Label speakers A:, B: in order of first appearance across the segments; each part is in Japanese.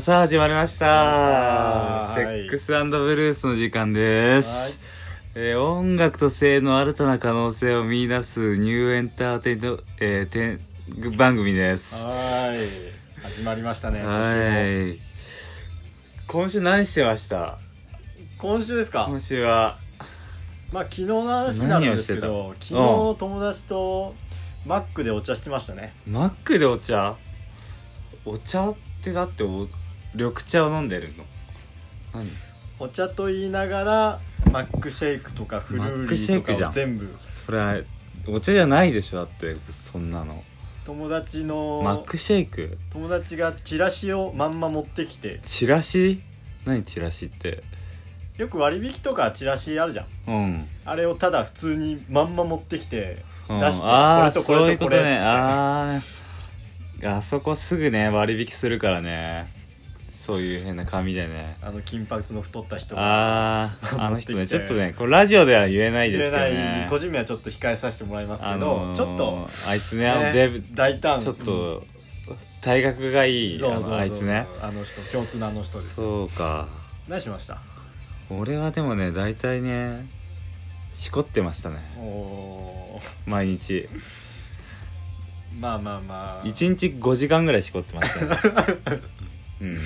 A: さあ始まりました
B: は
A: セ
B: い
A: ックスブルースの時間です、えー音楽と性の新たな可能性を見出すニューエンターテインメ、えーテン番組ですは
B: はーい始まりましたね
A: い今週何してました
B: 今週ですか
A: 今週は
B: まあ昨日の話になるんですけ
A: 何
B: ど
A: をして
B: 昨
A: た
B: 日
A: う
B: 友達とマックでお茶してましたね
A: マックでお茶お茶ってだってお緑茶を飲んでるの何
B: お茶と言いながらマックシェイクとかフル
A: マッ
B: ー
A: ク
B: リ
A: シェイ
B: ー
A: ク
B: と
A: じゃ
B: か
A: ん
B: を全部
A: それはお茶じゃないでしょだってそんなの
B: 友達
A: マ
B: の
A: ックシェイク
B: 友達がチラシをまんま持ってきて
A: チラシ何チラシって
B: よく割引とかチラシあるじゃん
A: うん
B: あれをただ普通にまんま持ってきて
A: うん
B: 出して
A: ああ
B: これとこ
A: そうい
B: れ
A: うこ
B: とことれ
A: ねあああそこすぐね割引するからねそういう変な紙でね
B: あの金髪の太った人が
A: あああの人
B: 持
A: ね
B: って
A: ち
B: き
A: ょ
B: て
A: っとねこれラジオでは言えない
B: 言
A: で
B: え
A: すけど
B: ない
A: ね
B: 個人名はちょっと控えさせてもらいますけど、
A: あのー
B: ちょっと
A: あいつねあのデブ
B: 大胆
A: ちょっと体格がいい
B: そう
A: あ
B: そうそう
A: のあいつね
B: あの人共通のあの人です
A: そうか
B: 何しました
A: 俺はでもね大体ねしこってましたね
B: おー
A: 毎日
B: まあまあまあ
A: 1日5時間ぐらいしこってま したねうん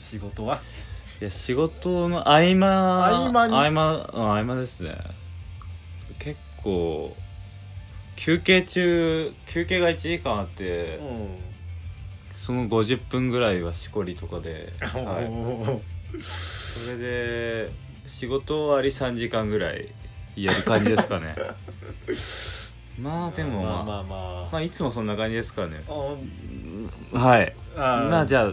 B: 仕事はい
A: や仕事の合間
B: 合間に
A: 合間うん合間ですね結構休憩中休憩が1時間あっ
B: う
A: て
B: ん、
A: その50分ぐらいはしこりとかで、はい、
B: おー
A: それで仕事終わり3時間ぐらいやる感じですかね まあでも
B: ま
A: ま
B: あ
A: あ、
B: ま
A: ま
B: あま
A: あ、
B: あ
A: いつもそんな感じですかね
B: お
A: はい
B: あ
A: まあじゃ
B: ゃ
A: あ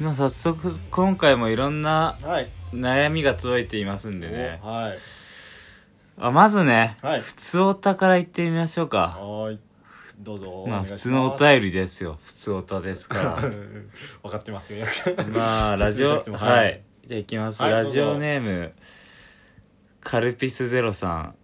A: まあ早速今回もいろんな
B: はい
A: 悩みが届いていますんでね
B: おはい
A: あまずね、
B: はい
A: 普通おたから言ってみましょうか
B: はーいどうぞ
A: まあ
B: お願いし
A: 普
B: ます
A: 通のお便りですよ普通おたです か
B: 分かってますよ
A: らま あラジオ
B: 説明しなくても
A: はい、じゃあいきます、
B: はい
A: ラジオネームカルピスゼロさん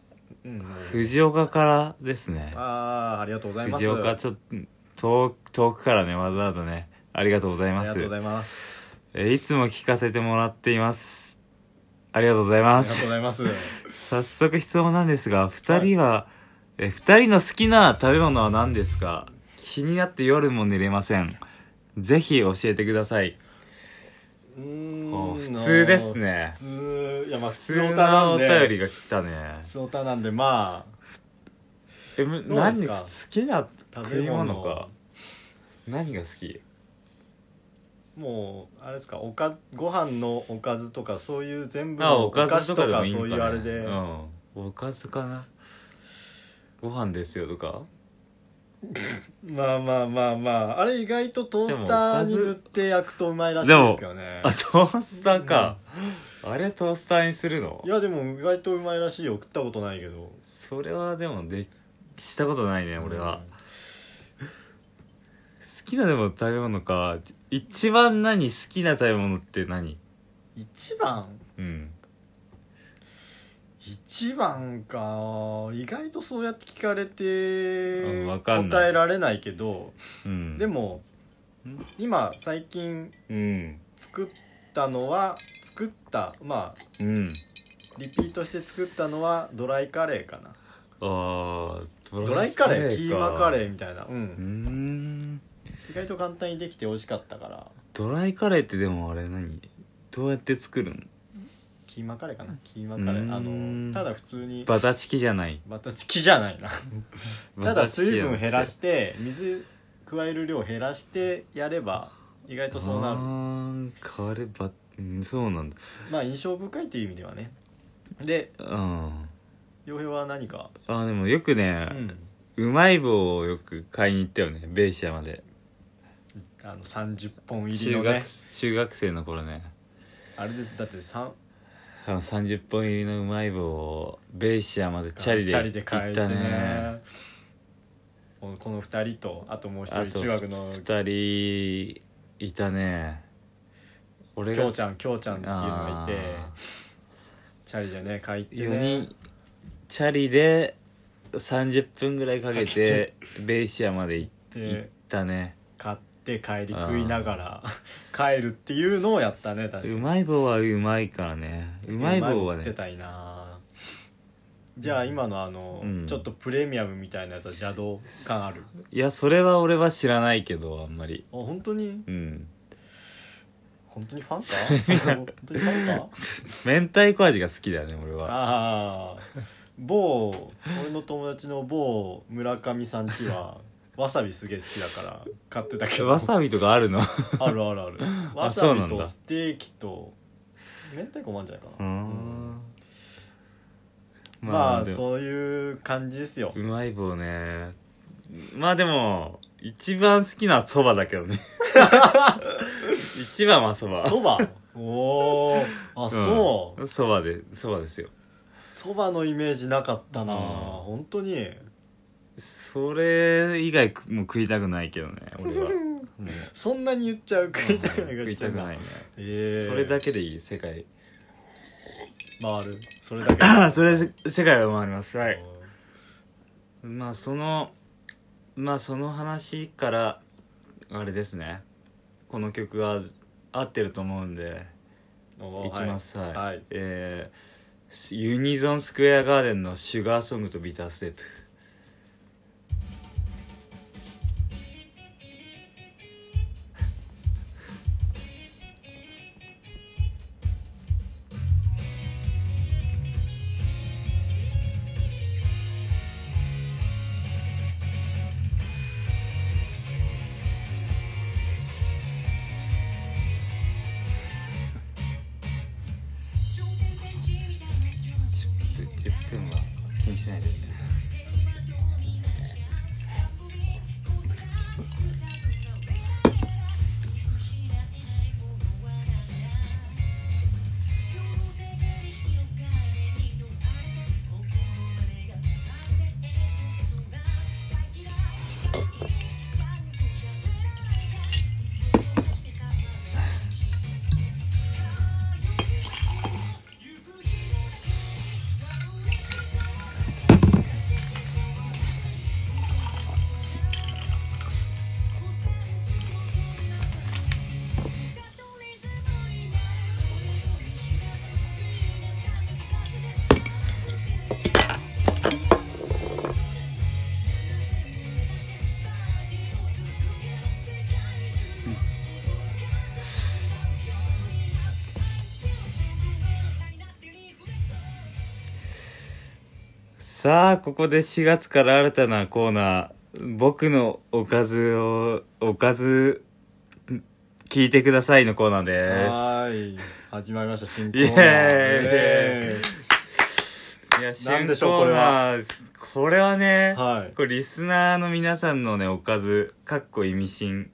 B: うんもう
A: 藤岡からですね
B: ああありがとうございます
A: 藤岡ちょっと遠く遠くからねわざわざねありがとうござい
B: あ
A: ま
B: りが
A: す
B: とうございます
A: えーいつも聞かせてもらっていますありがとうござい
B: あ
A: ま
B: りがとう
A: す
B: ございます
A: 早速質問なんですが二人は、えー二人の好きな食べ物は何ですか気になって夜も寝れませんぜひ教えてください、
B: うーん
A: お普通ですね
B: 普通いやまあ普
A: 普
B: 通
A: 通
B: オタな
A: なんお
B: で
A: 便りが来たね
B: 普通オタなんでまあ
A: えむ
B: すか
A: 何好きな食
B: 食
A: い
B: べ
A: 物
B: 物
A: か何が好き
B: もうあれですかおかご飯のおかずとかそういう全部
A: あ
B: の
A: おかずとかでもいいん
B: お
A: か、ね、
B: 菓子とかそういうあれで、
A: うん、おかずかなご飯ですよとか
B: まあまあまあまああれ意外とトースターに塗って焼くとうまいらしい
A: でも
B: ですけどね
A: あトースターか、あれトースターにするの
B: いやでも意外とうまいらしいよ食ったことないけど
A: それはでもでしたことないね俺は、好きなでも食べ物か一番何好きな食べ物って何
B: 一番
A: うん
B: 一番か意外とそうやって聞かれ
A: うんわ
B: て
A: かんない
B: 答えられないけど
A: うん
B: でも
A: ん
B: 今最近
A: うん
B: 作ったのは作ったまあ
A: うん
B: リピートして作ったのはドライカレーかな
A: あー
B: ドライカレーキーマカ
A: ー
B: レーみたいなう
A: うー
B: ん
A: ん
B: 意外と簡単にできて美味しかったから
A: ドライカレーってでもあれ何どうやって作るの
B: キーマカレーかなキーマカレ
A: う
B: ーあ
A: ん
B: のただ普通に
A: バタチキじゃない
B: また好きじゃないなただ水分減らしてて水加える量減らしてやれば意外とそうなる
A: あーカレーバうんそうなんだ
B: まあ印象深いという意味ではねで
A: うん
B: 洋平は何か
A: あでもよくね
B: う、ん
A: うまい棒をよく買いに行ったよねベイシアまで、
B: あの30本入り
A: 中
B: のね
A: 学中学生の頃ね
B: あれですだって3
A: あの30本入りのうまい棒をベイシアまでチャリで行
B: 買
A: っ
B: え
A: た
B: て
A: ね
B: ねこのこの2人とあともう
A: あ
B: 1人
A: と
B: 中学の
A: 2人いたね俺
B: きょうちゃ
A: っ
B: んきょうちゃんっていうのがいてチャリでね買いってね
A: 4人チャリで30分ぐらいかけてベイシアまで行っ
B: で
A: たね
B: 買っって帰り食いながら 帰るっていうのをやったね確かに
A: うまい棒はうまいからねうまい棒は
B: 食って
A: ね
B: たいなじゃあ今のあの、
A: うん
B: ちょっとプレミアムみたいなやつは邪道感あるあ
A: いやそれは俺は知らないけどあんまり
B: 本当に
A: うん
B: 本当にファン か本当にファンか
A: 明太子味が好きだよね俺は
B: ああ某俺の友達の某村上さんちは わさびすげえ好きだから買ってたけど
A: わさびとかある の
B: ある あるあるわ
A: そ
B: さ
A: うな
B: び
A: んだ
B: とステーキと明太子もあるんじゃないうか
A: ー
B: な、
A: ん
B: まあ、
A: でも
B: そういう感じですよ
A: うまい棒ねまあでも一番好きなそばだけど ね一番はそば
B: そ ばおーあ、そう
A: そばでそばですよ
B: そばのイメージなかったな、
A: うん
B: 本当に
A: それ以外もう食いたくない けどね俺はもう
B: そんなに言っちゃう食いたくない
A: 食いたくないね、
B: ええ
A: それだ
B: け
A: けでいい世界
B: 回るそれ だけ
A: ああそれ世界は回りますはい
B: おー
A: まあそのまあその話からあれですねこの曲が合ってると思うんで
B: おー
A: いきますはい、
B: はい
A: えーユニゾンスクエアガーデンの「シュガーソングとビターステップ」10, 10分は気にしないでねさあここで4月から新たなコーナー「僕のおかずをおかずん聞いてください」のコーナーで
B: はーい始まりました新コ
A: イエーイすいや
B: なん
A: 新コ
B: でしょ
A: ー
B: うこれ
A: ナ
B: は
A: ーこれはね、
B: はい
A: これリスナーの皆さんのねおかずかっこ意味深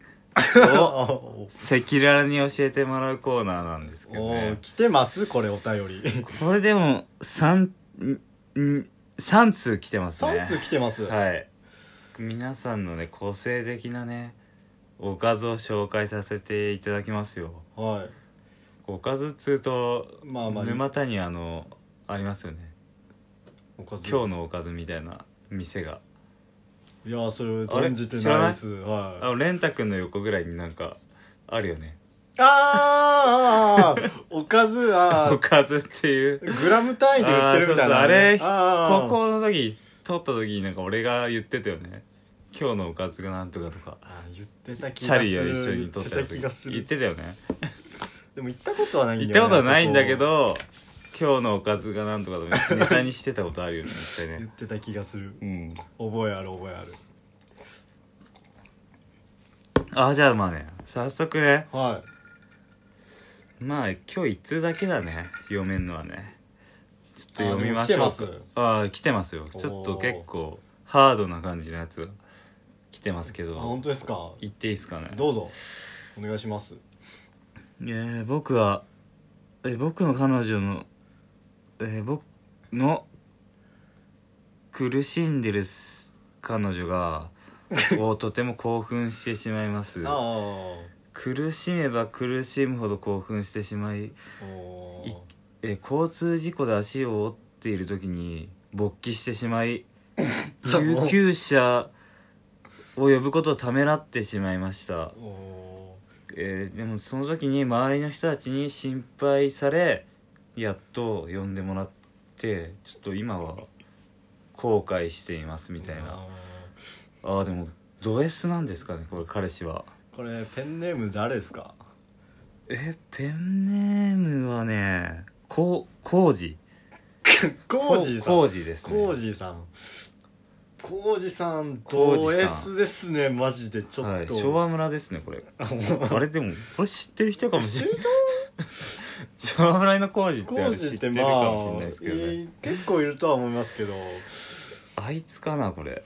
A: を
B: お
A: 赤裸々に教えてもらうコーナーなんですけど
B: お
A: ね
B: ー来てますこれお便り
A: これでも3三通来てますね
B: 3通来てます、
A: はい皆さんのね個性的なねおかずを紹介させていただきますよ
B: はい
A: おかずっつうと、
B: まあまあ
A: 沼田にあのありますよね
B: おかず
A: 今日のおかずみたいな店が
B: いやーそれ存じてないですはい
A: あレンタ君の横ぐらいになんかあるよね
B: あーあーあーおかずあ
A: お
B: ー
A: かずっていう
B: グラム単位で売って
A: あーそ
B: るみたいな、
A: うそうあれ
B: あー
A: 高校の時撮った時になんか俺が言ってたよね今日のおかずがなんとかとか
B: あー言ってた気
A: チ
B: が
A: ャ
B: する
A: リを一緒に撮った
B: 言ってた
A: 時
B: 気がす
A: 言っ
B: る
A: てたよね
B: でも行ったことはないんだ
A: 行
B: よ
A: っ
B: ね
A: たことはないんだけ
B: そこ
A: ど今日のおかずがなんとかとかネタにしてたことあるよね一回
B: 言っ
A: ね
B: てた気がする
A: うん
B: 覚えある覚えある
A: あじゃあまあね早速ね
B: は
A: まあ今日1通だけだね読めんのはねちょっと読みま
B: あで
A: しょ
B: も
A: う
B: 来て
A: か
B: ます
A: ああ来てますよちょっと結構ハードな感じのやつが来てますけ
B: いあ
A: ど
B: 本当ですか
A: 言っていいですかね
B: どうぞお願いします
A: えー僕はえ僕の彼女のえー僕の苦しんでるす彼女 がをとても興奮してしまいます
B: ああ
A: 苦しめば苦しむほど興奮してしまい、い
B: おー
A: えー交通事故で足を折って いる時に勃起してしまい救急車を呼ぶことをためらってしまいました、
B: おお
A: えーでもその時に周りの人たちに心配されやっと呼んでもらってちょっと今は後悔していますみたいな
B: あ
A: あーでもド S なんですかねこれ彼氏は
B: ーこれペンネーム誰ですか
A: えペンネームはねこうこうじ
B: コージさん
A: こうじですね
B: コージさんコージさん
A: コー
B: と
A: ジさん
B: S ですねマジでちょっと、
A: はい昭和村ですねこ れあれでもこれ知ってる人かもしれない 昭和村のコージって
B: コ
A: あ
B: ー
A: れ
B: ジ
A: 知
B: っ
A: って
B: て
A: るか
B: まあ
A: もしれないですけどね、
B: いい結構いるとは思いますけど
A: あいつかなこれ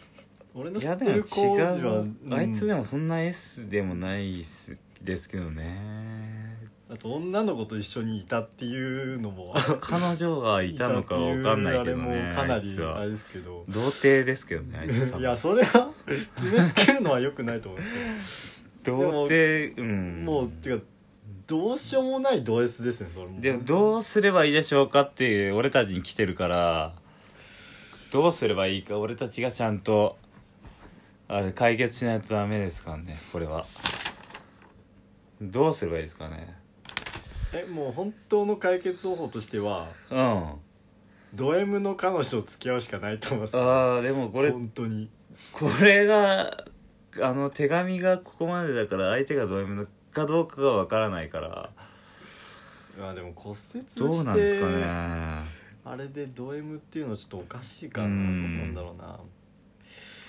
B: 俺の
A: い
B: 知
A: や
B: っ
A: で
B: て
A: も違
B: るコージは、
A: うあいつで
B: も
A: もそんな S でもないっすですけどね
B: あと女の子と一緒にいたっていうのも
A: 彼女が いたのかわかんないけどね
B: たっていうあれもかな
A: あいつ
B: りあ
A: は
B: れですけど
A: 童貞ですけどねあいつ多
B: い
A: 分
B: やそれは決めつけるのはよくないと思うんです
A: 童貞う
B: けど
A: ん
B: もうてかどうしようもないド S ですねそれも
A: でもどうすればいいでしょうかっていう俺たちに来てるからどうすればいいか俺たちがちゃんとあれ解決しないとダメですからねこれはどうすればいいですかね
B: えもう本当の解決方法としては
A: うんあ
B: ド M の彼女と付き合うしかないと思います
A: あでもこれ
B: 本当に
A: これがあの手紙がここまでだから相手がド M かどうかがわからないから
B: あでも骨折して
A: どうなんですかね
B: あれでド M っていうのはちょっとおかしいかなと思うんだろうな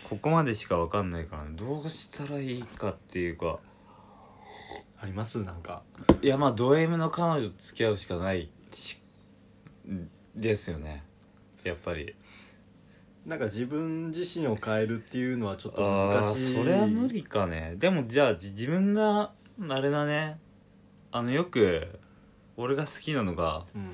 A: ここまでしかわかんないからねどうしたらいいかっていうか
B: ありますなんか
A: いやまあド M の彼女と付き合うしかないしですよねやっぱり
B: なんか自分自身を変えるっていうのはちょっと
A: ああ
B: 難しい
A: それは無理かねでもじゃあじ自分があれだねあのよく俺が好きなのが
B: うん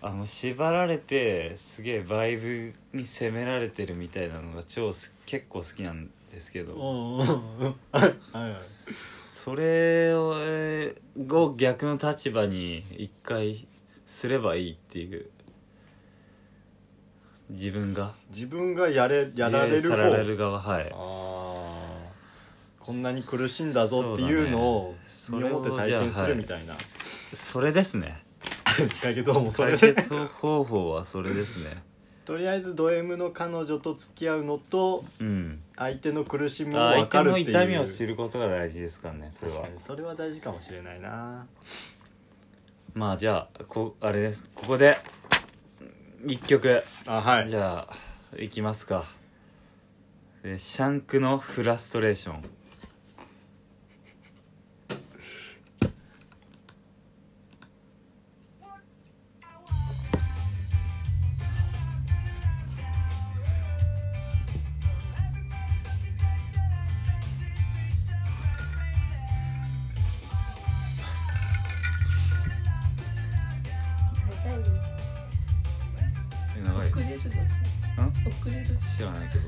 A: あの縛られてすげえバイブに責められてるみたいなのが超す結構好きなんですけど
B: おーおー おーはいはい
A: それをえーを逆の立場に一回すればいいっていう自分が
B: 自分がやれやられる
A: さ
B: 方
A: られる側はい
B: あーこんなに苦しんだぞっていうのを
A: そう
B: 身
A: だね
B: をもって体験するみたいな、
A: それですね
B: 解決法もそれ
A: 解
B: で
A: 決方法はそれですね
B: とりあえずド M の彼女と付き合うのと
A: うん
B: 相手の苦しみを
A: あ
B: 分
A: 相
B: か
A: 手
B: るっ
A: の
B: ていう
A: 痛みを知ることが大事ですからねそれ
B: 確
A: は
B: かにそれは大事かもしれないな
A: まあじゃあこあれですここで一曲
B: あは
A: じゃあ行きますかえーシャンクのフラストレーションえ長い
C: 遅れる
A: ん
C: の遅れる
A: 知らないけど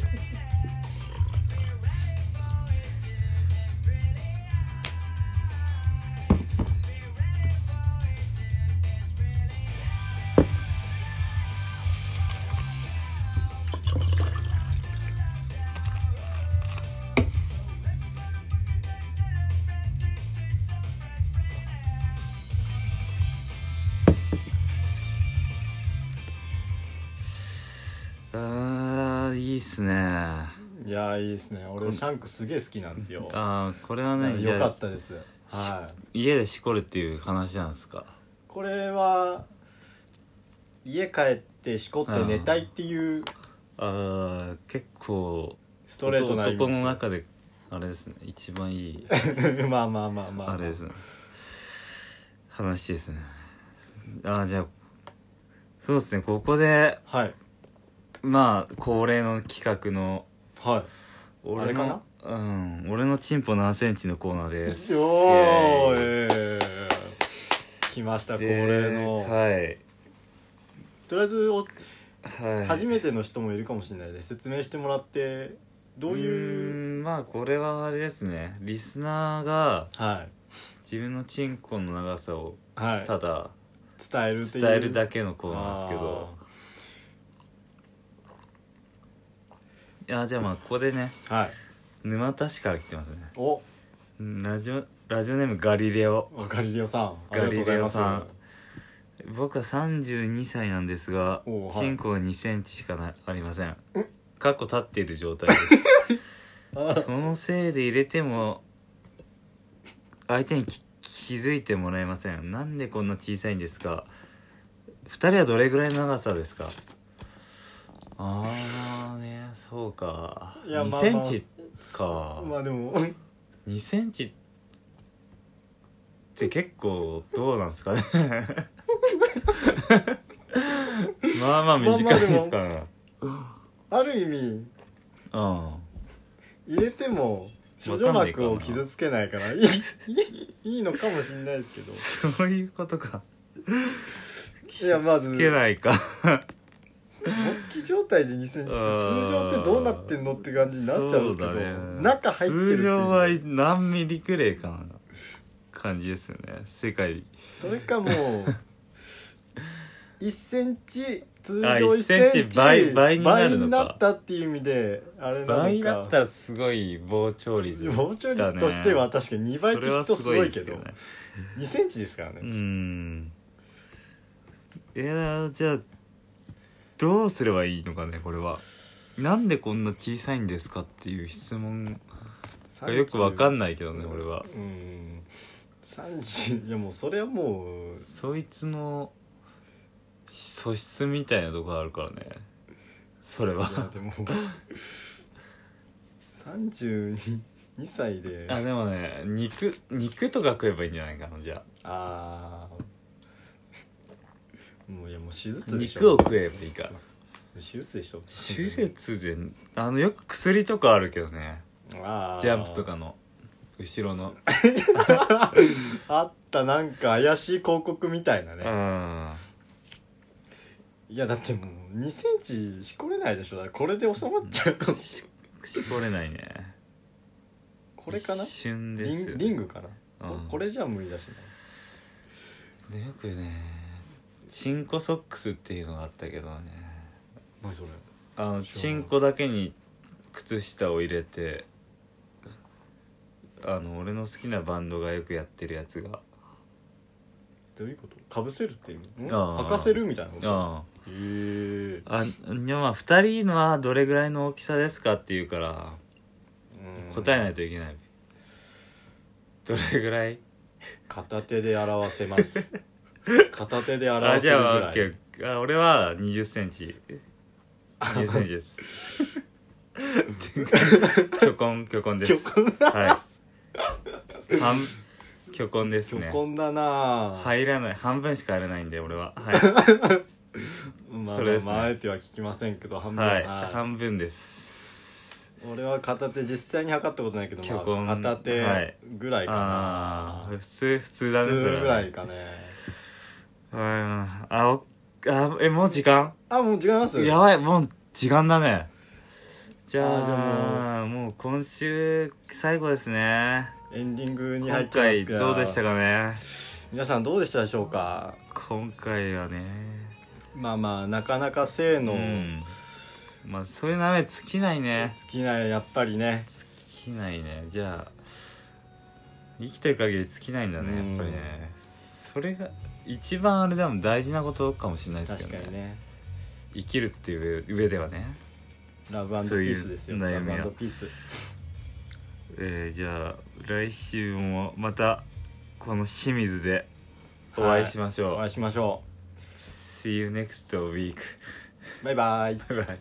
A: あーいいっすねあ
B: いやーいいですね
A: こ
B: 俺
A: ん
B: シャンクすげえ好きなんですよ
A: あこれはねじ
B: よ
A: ゃ
B: か
A: あ
B: ったですはい
A: 家でしこるっていう話なんですか
B: これは家帰ってしこって寝たいっていう
A: ああ結構
B: ストレートな意味
A: 男の中であれですね一番いい
B: まあまあまあまあ
A: あれですね話ですねああじゃあそうですねここで
B: はい
A: まあ恒例の企画の
B: はいあ
A: 俺
B: れ
A: の
B: かな
A: うん俺のチンポ何センチのコーナーです
B: お
A: イエーイ
B: ーい来ましたこ
A: で
B: れの、
A: はい
B: とりあえずお
A: はい
B: 初めての人もいるかもしれないで説明してもらってどうい
A: ー
B: う
A: んまあこれはあれですねリスナーが
B: はい
A: 自分のチンコの長さを
B: はい
A: ただ
B: 伝えるっていう
A: 伝えるだけのコーナーですけど、
B: あ
A: あじゃあまあここでね
B: はい
A: 沼田市から来てますね
B: お
A: うんラジオラジオネームガリレオ
B: おガリレオさんあり
A: ガ
B: がとう
A: リ
B: ござい
A: レオ
B: ます
A: さん僕は32歳なんですが
B: おうはい
A: チンコは2センチしかなありません過去立っている状態ですそのせいで入れても相手にき気づいてもらえませんなんでこんな小さいんですか2人はどれぐらいの長さですかああねそうか
B: いや
A: 2
B: まあ
A: センチか、
B: まあでも
A: 2センチって結構どうなんですか ねまあまあ短いですからね
B: ある意味
A: うん
B: 入れても諸女膜を傷つけないからいいいいいいのかもしれないです
A: そういうことか
B: けどいやまず
A: つけないか
B: 勃起状態で2センチって通常ってどうなってんのって感じになっちゃうんですけど、
A: そだね
B: 中入ってるっていう
A: 通常は何ミリくらいかな感じですよね世界
B: それかもう1センチ通常
A: あ
B: 1センチ
A: 1倍倍になるのか
B: 倍になったっていう意味であれなのか
A: 倍になったらすごい膨張率だね
B: 膨張率としては確かに2倍って聞くとすごいけ
A: それはす
B: ど
A: ですね
B: 2センチですから
A: う
B: ね、
A: んいやじゃあどうすればいいのかねこれはなんでこんな小さいんですかっていう質問がよくわかんないけどね俺は
B: うん30いやもうそれはもう
A: そいつの素質みたいなとこあるからねそれ
B: いや
A: は
B: でも32歳で
A: あ
B: あ
A: でもね肉肉とか食えばいいんじゃないかなじゃ
B: あーもういやもう手
A: あ
B: 術でしょ
A: 肉を食えばいいから
B: 手術でしょ
A: 手術であのよく薬とかあるけどね
B: あー
A: ジャンプとかの後ろの
B: あったなんか怪しい広告みたいな
A: う
B: ね
A: ん
B: いやだってもう2センチしこれないでしょだからこれで収まっちゃうかも
A: ししこれないね
B: これかな
A: 一瞬で
B: リ
A: すよ
B: ンリングかなこ
A: うん
B: これじゃ無理だしな
A: でよくねチンコソックスっていうのがあったけどね
B: 何それ
A: あの
B: 知らない
A: チンコだけに靴下を入れてあの俺の好きなバンドがよくやってるやつが
B: どういうことかぶせるっていう意味ん
A: あー
B: 履かせるみたいなこと
A: あ
B: へえ
A: あいやまあ2人のはどれぐらいの大きさですかって言うから答えないといけない、どれぐらい
B: 片手で表せます 片手で
A: あ
B: 表せ
A: じ
B: る
A: ゃ
B: ぐ
A: あ
B: ら
A: オッ
B: い
A: ケーあ俺は2 0ンチ2 0ンチです 巨根巨根です
B: 巨根
A: はい半巨根ですね
B: 巨根だなぁ、
A: 入らない半分しか入らないんで俺はは
B: まあ、
A: それですね
B: まああえては聞きませんけど半
A: い、
B: 分、
A: はい、
B: はい
A: 半分です
B: 俺は片手実際に測ったことないけど、
A: 巨根
B: まあ、片
A: はい
B: 手ぐらいかな、
A: ああ普通普通だ
B: 普
A: ね
B: 通
A: それ
B: ぐ
A: は
B: ら
A: ね
B: いかね
A: うんあおあえもう時間
B: あもう違います
A: やばいもう時間だねじゃ
B: あーじゃ
A: あもう今週最後ですね
B: エンディングに入っ
A: 今
B: ちゃい
A: 回
B: ます
A: ど
B: が
A: うでしたかね
B: 皆さんどうでしたでしょうか
A: 今回はね
B: まあまあなかなか性
A: う
B: の尽
A: んまあそういう名前尽きないね
B: きないやっぱりね
A: 尽きないねじゃあ生きてる限り尽きないんだねやっぱりねそれが一番あれでもん大事なことかもしれないですけ
B: 確
A: どね
B: かにね
A: 生きるっていう上上ではね
B: ラブピ
A: そういう
B: ースですよ
A: 悩
B: ラ
A: みは
B: ブピース
A: えーじゃあ来週もまたこの清水でお会いしましょう、
B: お会いしましょ
A: See you next week
B: うバイバイ
A: バイバイ